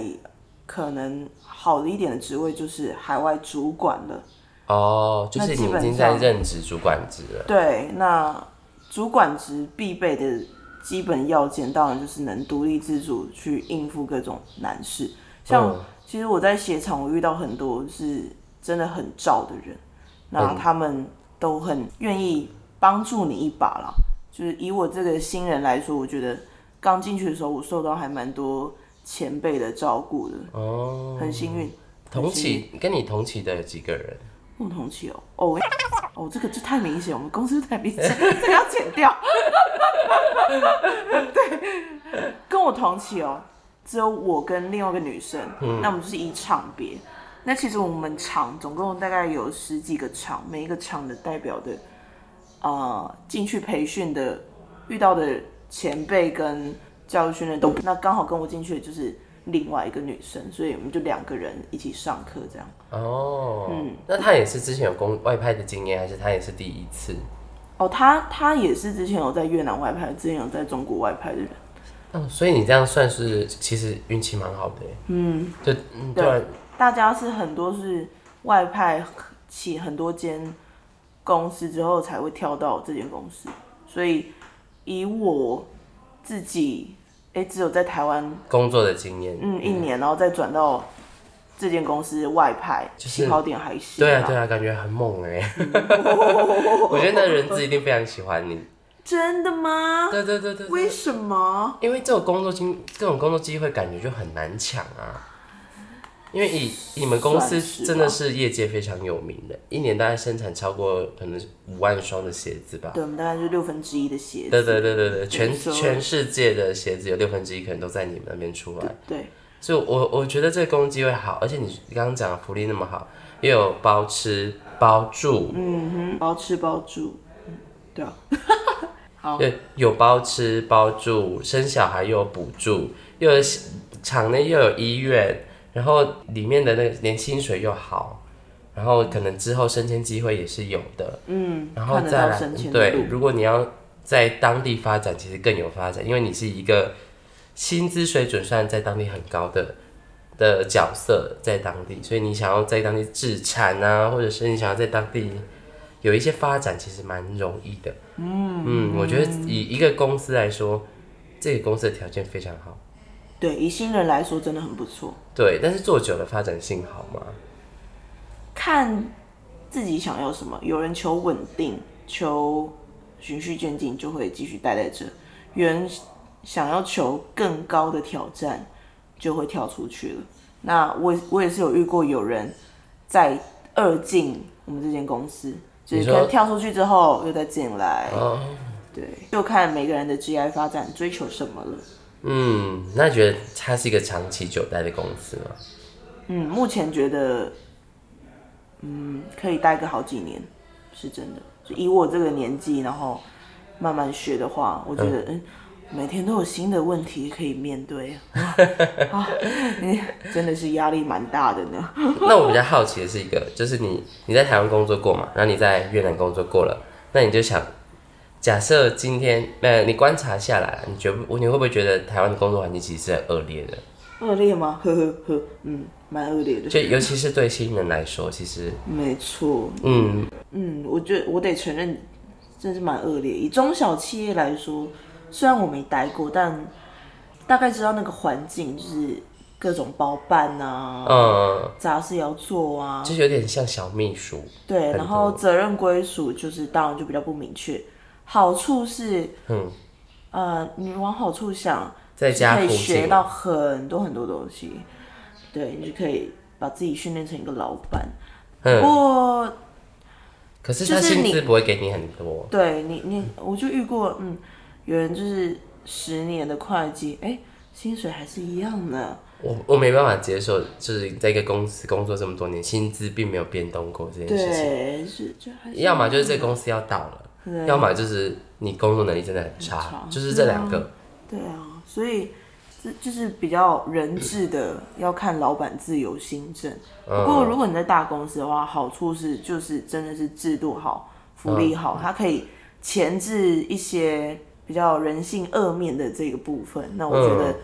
可能好的一点的职位就是海外主管了。
哦，就是
那
你
基
已
本
经在
上
任职主管职了，
对，那主管职必备的基本要件，当然就是能独立自主去应付各种难事。像、
嗯
其实我在鞋厂，我遇到很多是真的很照的人，那他们都很愿意帮助你一把啦。就是以我这个新人来说，我觉得刚进去的时候，我受到还蛮多前辈的照顾的，
哦，
很幸运。
同期跟你同期的有几个人？
共同期哦，哦，哦，这个就太明显，我们公司太明显， (laughs) 这个要剪掉。 (laughs) 对，跟我同期哦，只有我跟另外一个女生，那我们就是一场别。那其实我们场总共大概有十几个场，每一个场的代表的，呃，进去培训的遇到的前辈跟教育训练都不，那刚好跟我进去的就是另外一个女生，所以我们就两个人一起上课这样。
哦，
嗯
那他也是之前有公外派的经验，还是他也是第一次？
哦，他他也是之前有在越南外派，之前有在中国外派的人。
嗯，所以你这样算是其实运气蛮好的耶，嗯，就嗯突然
大家是很多是外派起很多间公司之后才会跳到这间公司，所以以我自己，哎、只有在台湾
工作的经验，
嗯一年，然后再转到这间公司外派，
就是
起跑点还行。
对啊对，啊，感觉很猛
(laughs)
哎，我觉得那人资一定非常喜欢你，
真的吗？
对啊对对对对
为什么？
因为这种工作经这种工作机会感觉就很难抢啊。因为以你们公司
算是吧
真的是业界非常有名的，一年大概生产超过可能五万双的鞋子吧。
对，我们大概就六分之一的鞋子。
对对对对对，全
没错
全世界的鞋子有六分之一可能都在你们那边出来，
对
所以我我觉得这个工作机会好，而且你你刚刚讲的福利那么好，也有包吃包住，
嗯，包吃包住，嗯对啊。
对，有包吃包住，生小孩又有补助，又有场内又有医院，然后里面的那个连薪水又好，然后可能之后升迁机会也是有的，
嗯，
然后
看得
再
到
来
升迁的
对
路，，
如果你要在当地发展，其实更有发展，因为你是一个薪资水准算在当地很高的的角色，在当地，所以你想要在当地置产啊，或者是你想要在当地有一些发展，其实蛮容易的。嗯我觉得以一个公司来说，这个公司的条件非常好。
对，以新人来说真的很不错，
对，但是做久了发展性好吗？
看自己想要什么。有人求稳定，求循序渐进，就会继续待在这；有人想要求更高的挑战，就会跳出去了。那我我也是有遇过有人在二进我们这间公司，就
你
是
说
可能跳出去之后又再进来，
哦，
对，就看每个人的 GI 发展追求什么了。
嗯，那觉得它是一个长期久待的公司吗？
嗯，目前觉得，嗯，可以待个好几年，是真的。就以我这个年纪，然后慢慢学的话，我觉得嗯。每天都有新的问题可以面对，啊，啊你真的是压力蛮大的呢。
(laughs) 那我比较好奇的是一个，就是你你在台湾工作过嘛，然后你在越南工作过了，那你就想，假设今天呃你观察下来，你觉不你会不会觉得台湾的工作环境其实是很恶劣的？
恶劣吗？呵呵呵，嗯，蛮恶劣的。
就尤其是对新人来说，其实
没错，
嗯
嗯，我觉得我得承认，真是蛮恶劣。以中小企业来说，虽然我没待过，但大概知道那个环境，就是各种包办啊，
嗯，
杂事也要做啊，
就是有点像小秘书，
对，
多
然后责任归属就是当然就比较不明确。好处是，
嗯，
呃，你往好处想，
在家
可以
附
学
近，
到很多很多东西，对，你就可以把自己训练成一个老板。不
嗯，
过
可是
就
他
是
薪
你
资不会给你很多，
对你，你我就遇过，嗯，有人就是十年的会计，哎、薪水还是一样的，
我我没办法接受，就是在一个公司工作这么多年，薪资并没有变动过这件事情，
对，是就还是
要么就是这个公司要倒了。
嗯对
要么就是你工作能力真的很差
差，
就是这两个。
对啊，所以这就是比较人治的，要看老板自由新政。啊
嗯
不过如果你在大公司的话，好处是就是真的是制度好，福利
嗯
好，它可以钳制一些比较人性恶面的这个部分。那我觉得
嗯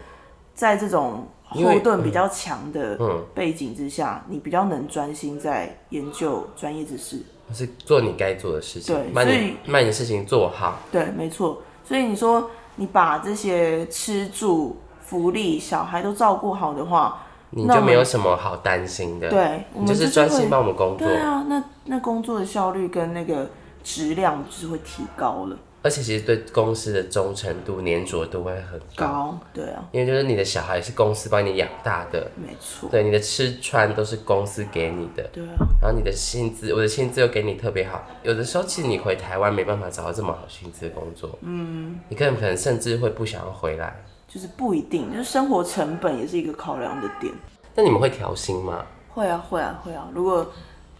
在这种
因为
后盾比较强的
嗯
背景之下，你比较能专心在研究专业知识。
是做你该做的事
对
情，把你把你的事情做好。
对，没错。所以你说你把这些吃住、福利、小孩都照顾好的话，
你
那我
就
们
没有什么好担心的，
对，我
你
们
就是专心
会
帮我们工作，
对啊，那那工作的效率跟那个质量就是会提高了，
而且其实对公司的忠诚度、粘着度会很高，
高，对啊，
因为就是你的小孩是公司帮你养大的，
没错，
对，你的吃穿都是公司给你的，
对啊，
然后你的薪资，我的薪资又给你特别好，有的时候其实你回台湾没办法找到这么好薪资的工作，嗯，你可能可能甚至会不想要回来。
就是不一定，就是生活成本也是一个考量的点。
那你们会调薪吗？
会啊，会啊，会啊。如果，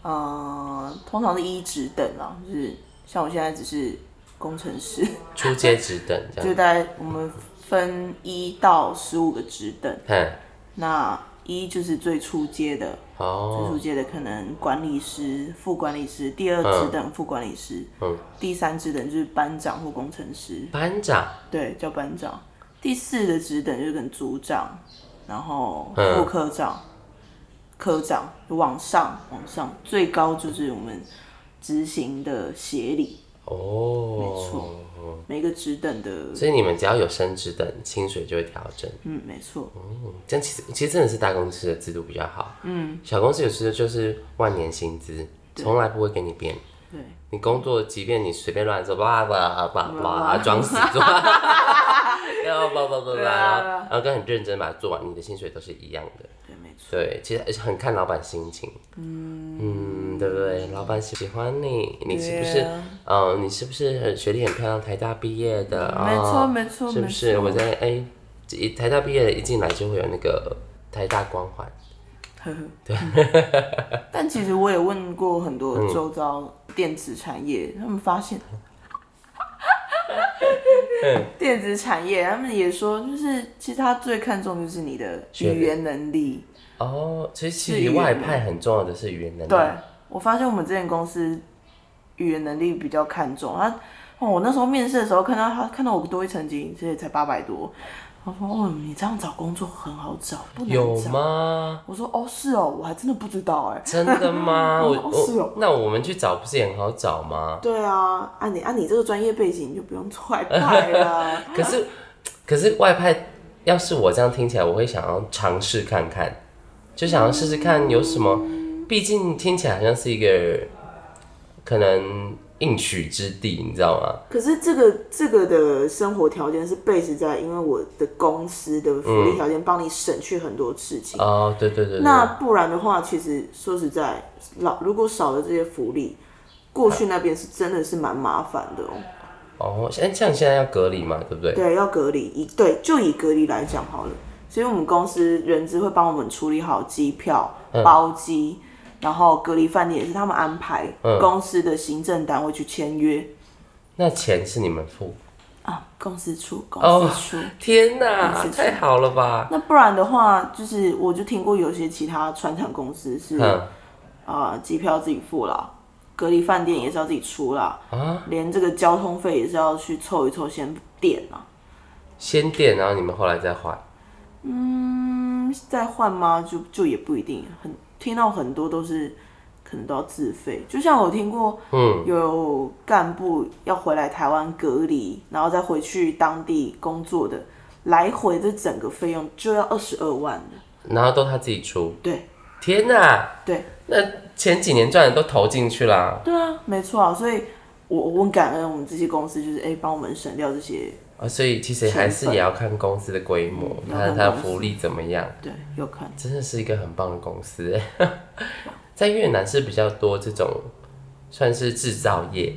呃，通常是一职等啊，就是像我现在只是工程师， (laughs)
出街只等这
就
样，
是大概我们分一到十五个职等。
嗯，
那一就是最初阶的，最初
哦，
阶的可能管理师、副管理师，第二职等副管理师，
嗯，
第三职等就是班长或工程师，
班长，
对，叫班长。第四的职等就是跟组长，然后
嗯
副科长、科长往上往上，最高就是我们执行的协理，
哦，
没错每个职等的，
所以你们只要有升职等，薪水就会调整。
嗯，没错，
嗯，这样其实其实真的是大公司的制度比较好。嗯，小公司有时候就是万年薪资，从来不会给你变。
对。
你工作，即便你随便乱说，叭叭叭叭，装
(laughs)
死 (laughs) 哦做，要叭叭叭叭，
啊
然后跟很认真把它做完，你的薪水都是一样的。
对，没错，
对，其实而且很看老板心情，嗯对不对？老板喜喜欢你，你是不是？
对
嗯
啊、
你是不是很学历很漂亮，台大毕业的？
没错，
哦
没错，
是不
没
是？
错
我在哎，一台大毕业的一进来就会有那个台大光环，
呵呵， (laughs) 对。但其实我也问过很多周遭电子产业，他们发现，
嗯
电子产业他们也说，就是其实他最看重就是你的
学历
语言能力。
哦，其实
是
其
语
实
言
外
能
派很重要的是语言能力，
对，我发现我们这间公司语言能力比较看重。他哦，我那时候面试的时候看到他看到我多一层级，这也才八百多。他说：“哦，你这样找工作很好找，不难
有
找。
吗”？
我说：“哦，是哦，我还真的不知道哎。”
真的 (laughs) 吗？我
哦是哦
我那我们去找不是也很好找吗？
对啊，按、你按、你这个专业背景，你就不用踹派了。 (laughs)
可是，可是外派，要是我这样听起来，我会想要尝试看看，就想要试试看有什么。毕竟听起来好像是一个可能应许之地，你知道吗？
可是这个这个的生活条件是 base 在，因为我的公司的福利条件帮你省去很多事情。
哦，对对对对，
那不然的话，其实说实在，老如果少了这些福利，过去那边是真的是蛮麻烦的哦。
哦，像像现在要隔离嘛，对不对？
对，要隔离，以对就以隔离来
嗯
讲好了。所以我们公司人资会帮我们处理好机票、包机，
然后隔离饭店也是他们安排
嗯
公司的行政单位去签约
那钱是你们付？
啊，公司出，公
哦
司出。
天哪，
是是
太好了吧！
那不然的话，就是我就听过有些其他船厂公司是
嗯
啊，机、票自己付啦，隔离饭店也是要自己出啦，
啊，
连这个交通费也是要去凑一凑先垫啊。
先垫，然后你们后来再还。
嗯，再换吗？就就也不一定，很听到很多都是可能都要自费。就像我听过
嗯，
有干部要回来台湾隔离，然后再回去当地工作的，来回的整个费用就要二十二万的。
然后都他自己出。
对
天哪，
对
那前几年赚的都投进去啦，
对啊，没错啊，所以我我很感恩我们这些公司，就是哎帮、我们省掉这些，
啊，所以其实还是也要看公司的规模，
嗯
它
要看
它的
公司
福利怎么样。
对，有可能。
真的是一个很棒的公司。 (laughs) 在越南是比较多这种，算是制造业，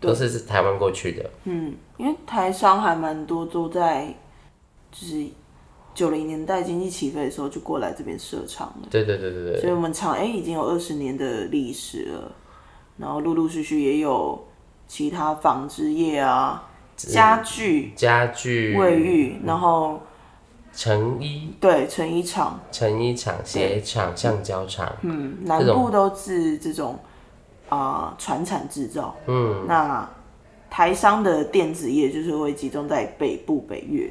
对
都是台湾过去的。
嗯，因为台商还蛮多都在，就是九零年代经济起飞的时候就过来这边设厂了，
对对对对对，
所以我们厂哎、已经有二十年的历史了，然后陆陆续续也有其他纺织业啊、家具、
家具、
卫浴，
嗯
然后
成衣、
对成衣厂，
成衣厂、鞋厂、橡胶厂，
嗯，南
这种
部都是这种啊船产制造，嗯，那台商的电子业就是会集中在北部北越。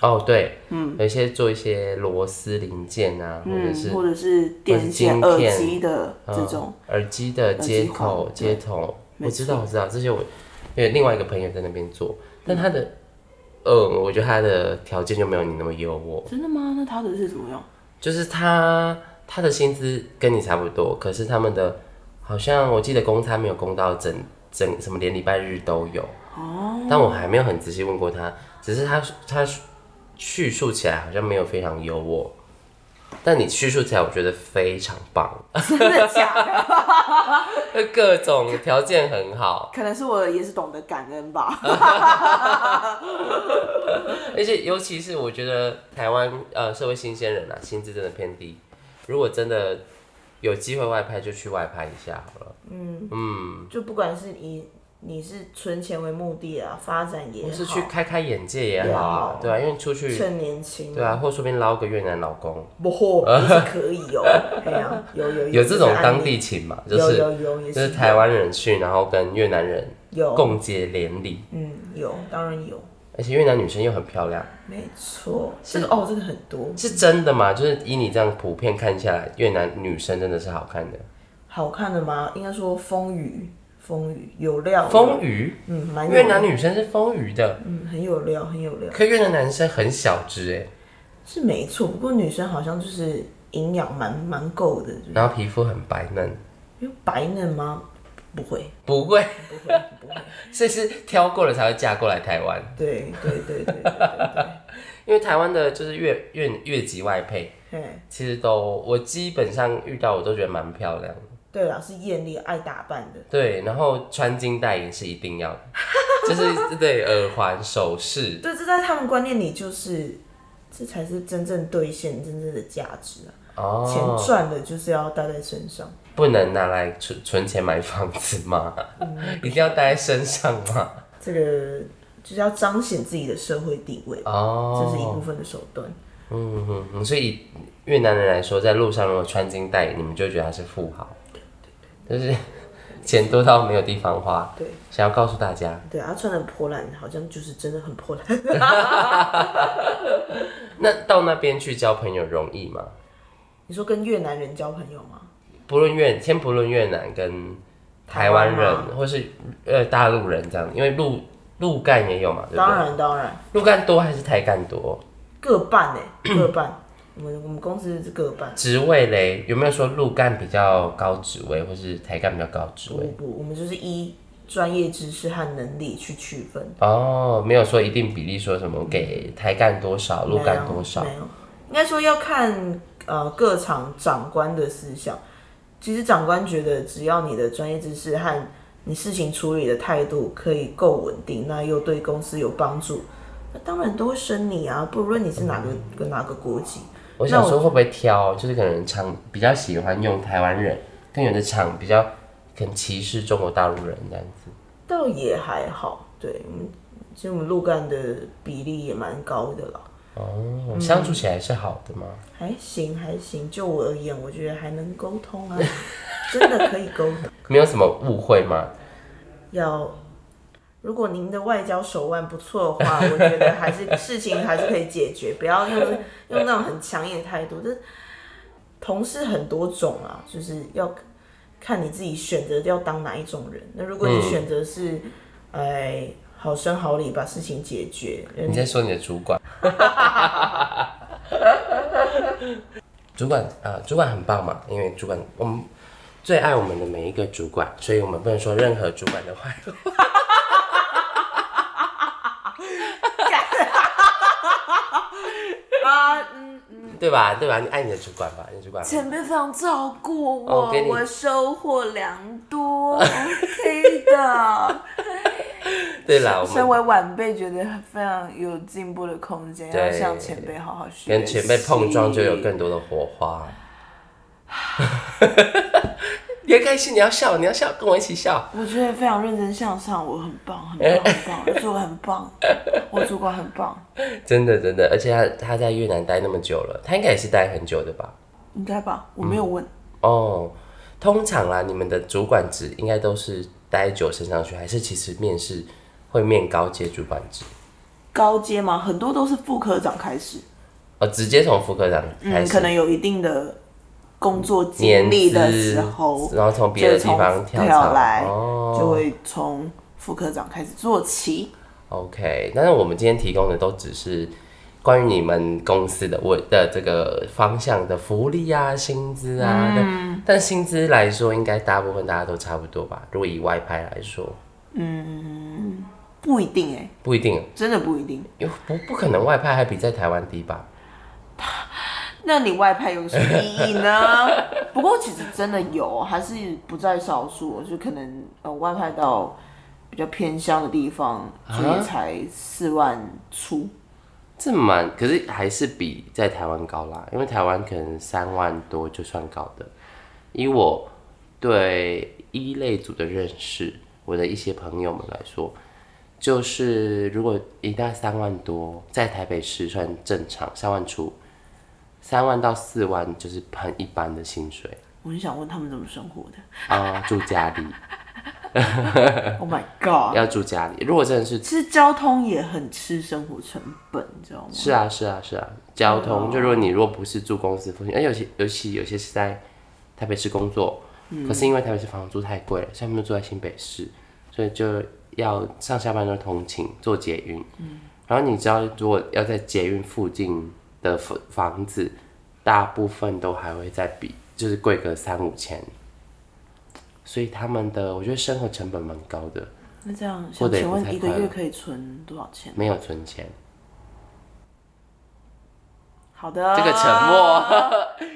哦对，嗯，有一些做一些螺丝零件啊，或者
嗯
是，
或者是电线、
或者
耳
是晶片嗯
机的这种，
耳机的接口
耳、机
接
孔
头，
没
我知道，我知道，这些我因为另外一个朋友在那边做，但他的，嗯，我觉得他的条件就没有你那么优渥，
真的吗？那他的是怎么样？
就是他他的薪资跟你差不多，可是他们的好像我记得公差没有公到整整什么连礼拜日都有，
哦，
但我还没有很仔细问过他，只是他他叙述起来好像没有非常优渥，但你叙述起来我觉得非常棒，
(laughs) 真的假的？
各种条件很好，
可能是我也是懂得感恩吧。 (laughs)
而且尤其是我觉得台湾呃社会新鲜人啊，薪资真的偏低，如果真的有机会外派就去外派一下好了，嗯嗯。
就不管是以你是存钱为目的啊，发展也
不
好，
是去开开眼界也好啊，对啊，因为出去，
趁年轻，
对啊，或说不定捞个越南老公，
不嚯，也是可以
(laughs)
哦，哎呀，有有
有这种当
地
地情嘛，就
有
是
有有也
就是是台湾人去，然后跟越南人
有
共结连理，
嗯有，当然有，
而且越南女生又很漂亮，
没错，这个哦这个很多，
是真的吗？就是以你这样普遍看下来，越南女生真的是好看的。
好看的吗？应该说风雨风雨有料，
丰腴，
嗯啊蛮有
越南女生是丰腴的，
嗯很有料很有料
可越南男生很小
嗯
只哎、
是没错，不过女生好像就是营养蛮蛮够的，
然后皮肤很白嫩，
有白嫩吗？不会
不会，
不会不会，
(laughs) 所以是挑过了才会嫁过来台湾。
对对对对对对
因为台湾的就是越越越级外配，
对，嘿。
其实都我基本上遇到我都觉得蛮漂亮的，
对啦，是艳丽爱打扮的，
对，然后穿金戴银是一定
(laughs)
要的，就是对耳环、首饰，
对，这在他们观念里就是，这才是真正兑现真正的价值啊！钱
哦，
赚了就是要带在身上，
不能拿来存存钱买房子吗？
嗯
一定要带在身上吗？
这个就是要彰显自己的社会地位， (laughs) 这是一
哦，
部分的手段。
嗯嗯嗯，所以越南人来说，在路上如果穿金戴银，你们就会觉得他是富豪，就是钱多到没有地方花，
对
想要告诉大家。
对，啊他穿的破烂，好像就是真的很破烂。 (laughs)
那到那边去交朋友容易吗？
你说跟越南人交朋友吗？
不论越先不论越南跟台湾
台
人
湾
或是呃大陆人这样，因为陆陆干也有嘛，对不
当
对？
然当然，
陆干多还是台干多？
各半哎、各半。我们我们公司是各半，
职位嘞有没有说陆干比较高职位，或是台干比较高职
不
位？
不，我们就是依专业知识和能力去区分。
哦，没有说一定比例，说什么给台干多少，陆干多少
没？有，没有应该说要看呃各厂长官的思想。其实长官觉得，只要你的专业知识和你事情处理的态度可以够稳定，那又对公司有帮助，那当然都会升你啊，不论你是哪个
嗯
跟哪个国籍。
我想说会不会挑，就是可能常比较喜欢用台湾人，跟有的厂比较可能歧视中国大陆人这样子。
倒也还好，对，嗯其实我们鹿干的比例也蛮高的啦，
哦，
嗯
相处起来是好的吗？
还行还行，就我而言，我觉得还能沟
(laughs)
通啊，真的可以沟通。
没有什么误会吗？
要，如果您的外交手腕不错的
(laughs)
话，我觉得还是事情还是可以解决，不要用用那种很强硬的态度。这同事很多种啊，就是要看你自己选择要当哪一种人。那如果你选择是，
嗯
哎、好声好礼把事情解决，
你在说你的主管？ (laughs) 主管啊、呃主管很棒嘛，因为主管我们最爱我们的每一个主管，所以我们不能说任何主管的坏话。
(laughs) 啊，嗯，
对吧？对吧？你爱你的主管吧，你的主管吧。
前辈非常照顾
哦
我，
给你
我收获良多，OK 的。
对啦，我
身
们
为晚辈，觉得非常有进步的空间，
对
要向前辈好好学习。
跟前辈碰撞就有更多的火花。
啊
(laughs) 你要开心，你要笑，你要笑，跟我一起笑。
我觉得非常认真向上，我很棒，很
(laughs)
棒，很棒，我主管很棒，我主管很棒，
真的，真的，而且他他在越南待那么久了，他应该也是待很久的吧？
应该吧？我没有问，
哦，通常啦，你们的主管职应该都是待久升上去，还是其实面试会面高阶主管职？
高阶嘛，很多都是副科长开始，
哦，直接从副科长开
嗯，
始，
可能有一定的工作
年
经历的时
资
候，
然后从别的地方
就从
跳槽
跳来
哦
就会从副科长开始做起。
OK，但是我们今天提供的都只是关于你们公司的我的这个方向的福利啊、薪资啊。但但薪资来说，应该大部分大家都差不多吧？如果以外派来说，
不一定哎、
不一定，
真的不一定。
因为不不可能外派还比在台湾低吧？
那你外派有什么意义呢？不过其实真的有，还是不在少数，就可能呃外派到比较偏乡的地方，所以才四万出。
这蛮，可是还是比在台湾高啦，因为台湾可能三万多就算高的。以我对一类组的认识，我的一些朋友们来说，就是如果一旦三万多，在台北市算正常，三万出，三万到四万就是很一般的薪水
我很想问他们怎么生活
(laughs)
的。
啊、住家里
Oh my god！
要住家里，如果真的是
其实交通也很吃生活成本，你知道吗？
是啊，是啊，是啊，交通、就如果你如果不是住公司附近，而哎有些尤其有些是在台北市工作，可是因为台北市房租太贵了，所以他们住在新北市，所以就要上下班都通勤坐捷运。然后你知道，如果要在捷运附近的房房子，大部分都还会再比就是贵个三五千，所以他们的我觉得生活成本蛮高的，
那这样，
过
想
得也
请
不
问
太
一个
快
月
乐
可以存多少钱？
没有存钱。
好的，
这个沉默。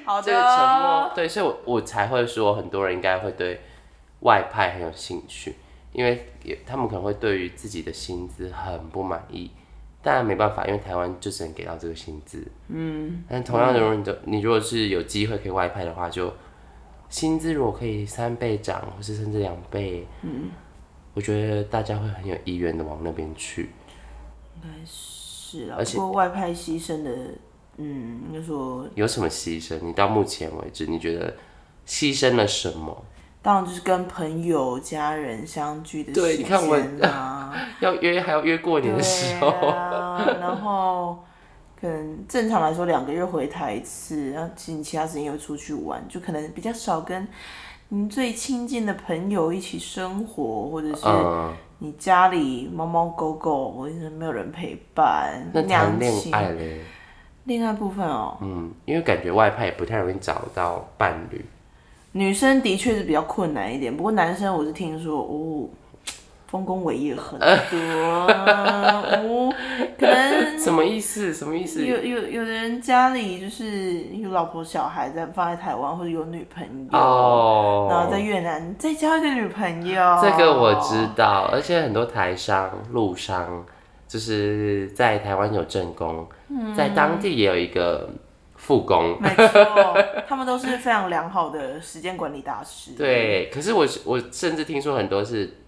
好的，
这个沉默，对，所以我我才会说，很多人应该会对外派很有兴趣，因为也他们可能会对于自己的薪资很不满意，但没办法，因为台湾就只能给到这个薪资。嗯，但同样的，如果你的你如果是有机会可以外派的话，就薪资如果可以三倍涨，或是甚至两倍，嗯，我觉得大家会很有意愿的往那边去。
是啊
而，且
不过外派牺牲的，嗯，应该说
有什么牺牲？你到目前为止，你觉得牺牲了什么？
当然就是跟朋友、家人相聚的
对
时
你看我
间啊，
要约还要约 (laughs) 过年的时候，
对啊，然后可能正常来说两个月回台一次，然后其实你其他时间又出去玩，就可能比较少跟您最亲近的朋友一起生活，或者啊是
嗯，
你家里猫猫狗狗，我一直没有人陪伴，
那谈
娘
恋
亲
爱嘞，
恋爱部分哦，
嗯，因为感觉外派也不太容易找到伴侣，
女生的确是比较困难一点，不过男生我是听说哦，丰功伟业很多哦，
(laughs)
可能
什么意思？什么意思？
有有有的人家里就是有老婆小孩在放在台湾，或者有女朋友，然后
哦
在，越南再交一个女朋友，
这个我知道，而且很多台商、陆
嗯
商，就是在台湾有正宫，在当地也有一个复工。
没错，他们都是非常良好的时间管理大师。，
对，可是我我甚至听说很多是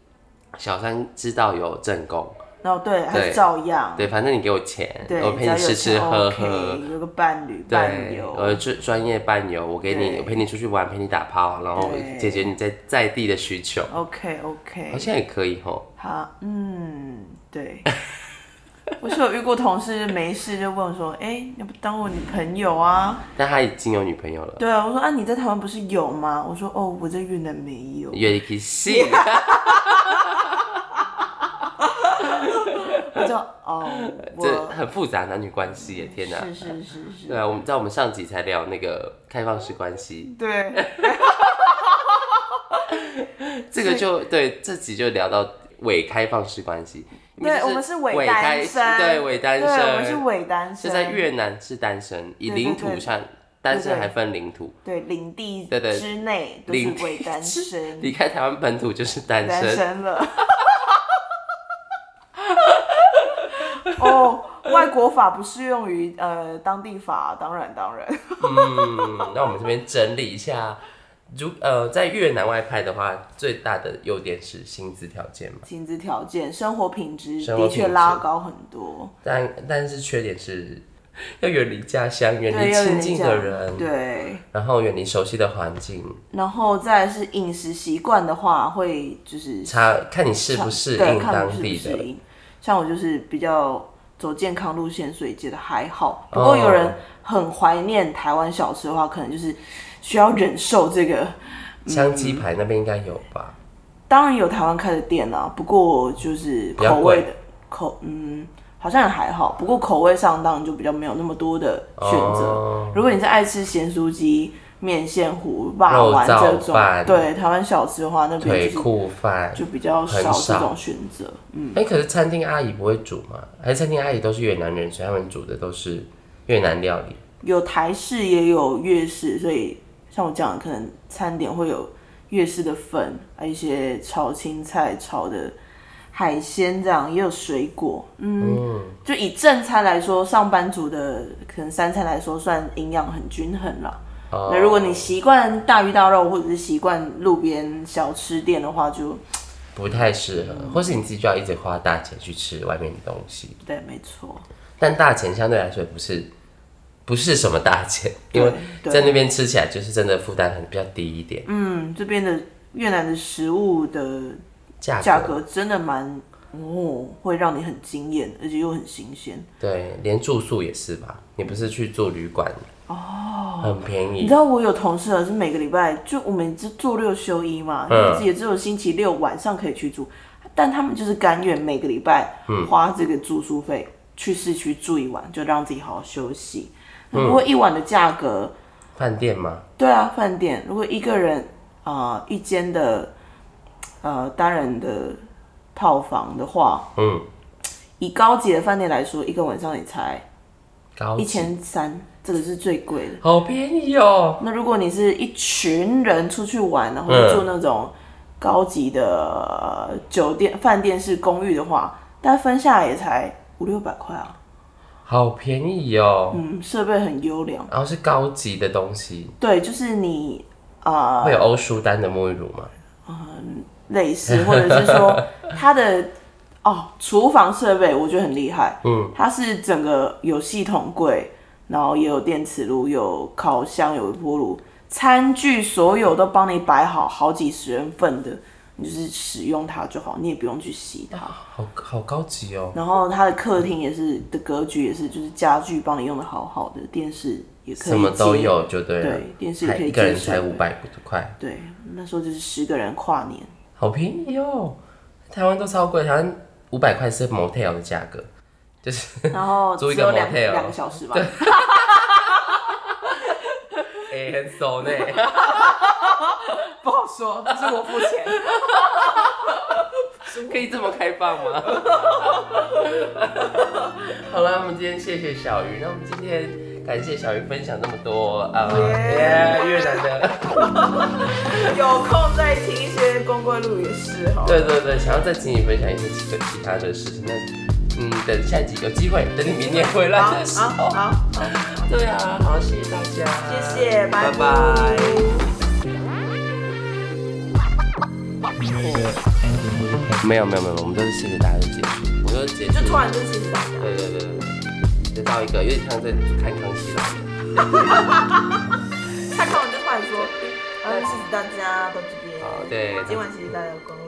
小三知道有正宫，
然后对，还
对
是照样，
对，反正你给我钱，
啊对，
我陪
只要
你
有
吃吃
钱
喝
OK，
喝，
有个伴侣伴
对，我
游，
专专业伴游，我给你，
对
我陪你出去玩，陪你打炮，然后
对
解决你在在地的需求，
OK OK，
好像也可以吼。
好，嗯，对。 (laughs) 我是有遇过同事，没事就问我说：“哎、你不当我女朋友啊
但他已经有女朋友？”了，
对啊，我说：“啊，你在台湾不是有吗？”我说：“哦，我在越南没有。
越力气细，
我就”
(laughs)
哦，
这
(laughs) 我
很复杂男女关系耶，天哪！
是是是是，
对啊，我们在我们上集才聊那个开放式关系，
对，
这个就对这集就聊到伪开放式关系，因为就
对
是
我们是伪
伪开
单身
对伪 (laughs) 单
对，我们是
身，
伪单身，
就在越南是单身，以
对对
领土
对
上单身
对对
还分领土，
对领地
对对
之内都
领
是
地
伪单
(laughs)
身，
离开台湾本土就是单
嗯单
身，
身了。 (laughs) 哦，外国法不适用于呃当地法，当然当然。
嗯，那我们这边整理一下，如呃，在越南外派的话，最大的优点是薪资条件嘛，
薪资条件、生活品质
生活
的
品质
确拉高很多。
但但是缺点是要远离家乡，远
对，
离
要有
亲
点
近
这
的
样
人，
对，
然后远离熟悉的环境，
然后再来是饮食习惯的话，会就是
查看你适不适
对
应
看
当
我适不
地
适
的，
应。像我就是比较走健康路线，所以觉得还好。不
哦
过有人很怀念台湾小吃的话，可能就是需要忍受这个。
香鸡
嗯
排那边应该有吧？
当然有台湾开的店啦、不过就是
比较
口味的口，嗯，好像也还好。不过口味上当然就比较没有那么多的选择。
哦
如果你是爱吃咸酥鸡、面线糊、霸
肉
丸这
燥
种
饭，
对台湾小吃的话，那边
腿
就是
裤饭。
就比较少
很少
这种选择。嗯，
哎、可是餐厅阿姨不会煮吗？还是餐厅阿姨都是越南人，所以他们煮的都是越南料理？
有台式也有粤式，所以像我讲的，可能餐点会有粤式的粉，还有一些炒青菜、炒的海鲜这样，也有水果。嗯，就以正餐来说，上班族的可能三餐来说，算营养很均衡了。
哦
那如果你习惯大鱼大肉，或者是习惯路边小吃店的话就，
不太适合，
嗯
或是你自己就要一直花大钱去吃外面的东西。
对，没错，
但大钱相对来说也不是不是什么大钱，因为
对
在那边吃起来就是真的负担很比较低一点，
嗯，这边的越南的食物的
价
价
格
格真的蛮哦，会让你很惊艳，而且又很新鲜。
对，连住宿也是吧？你不是去住旅馆哦，很便
你
宜
知，道我有同事啊，是每个礼拜就我们就做六休一嘛，
嗯
也只有星期六晚上可以去住，但他们就是甘愿每个礼拜
嗯
花这个住宿费、去市区住一晚，就让自己好好休息。
嗯
不过一晚的价格，
饭店吗？
对啊，饭店如果一个人啊、呃一间的呃单人的套房的话，
嗯，
以高级的饭店来说，一个晚上也才
高
一
级，
千三，这个是最贵的。
好便宜哦。
那如果你是一群人出去玩，然后
嗯
住那种高级的呃酒店、饭店式公寓的话，大概分下来也才五六百块啊。
好便宜哦，
嗯，设备很优良。
然后是高级的东西，
对，就是你啊、
会有欧舒丹的沐浴乳吗？
类似，或者是
(laughs)
说它的哦厨房设备，我觉得很厉害。
嗯，
它是整个有系统柜，然后也有电磁炉、有烤箱、有微波炉，餐具所有都帮你摆好，好几十人份的，你就是使用它就好，你也不用去洗它。
好好高级哦，
然后它的客厅也是的格局也是，就是家具帮你用的好好的，电视也可以
什么都
接。
有就对了
对，电视也
才
可以
一个人
接
才
受
五百块。
对，那时候就是十个人跨年。
好便宜哦！台湾都超贵，台湾五百块是 motel 的价格，就是
然
(laughs)
后
租一
只
个
有两
motel
两个小时吧，
(laughs) 哎、很熟呢。
不好说，但是我付 (laughs) 钱。
可以这么开放吗？ (laughs) 好了，我们今天谢谢小鱼，那我们今天感谢小鱼分享这么多啊，耶越南的，
有空再听一些光怪陆离的事哈。
对对对，想要再请你分享一些其其他的事情，那嗯，等下一集有机会，等你明年回来的时
好好
候。
好，
对啊，好，谢谢大家，
谢谢，
拜
拜
拜。没有没有没有，我们都是谢谢大家就结束，我们都结束，
就突然就谢谢大家。
对对对对对，就到一个有点像在看康熙来了。
他看完就突然说：“呃，谢谢大家到这边。
好，对，啊
今晚谢谢大家的光临。”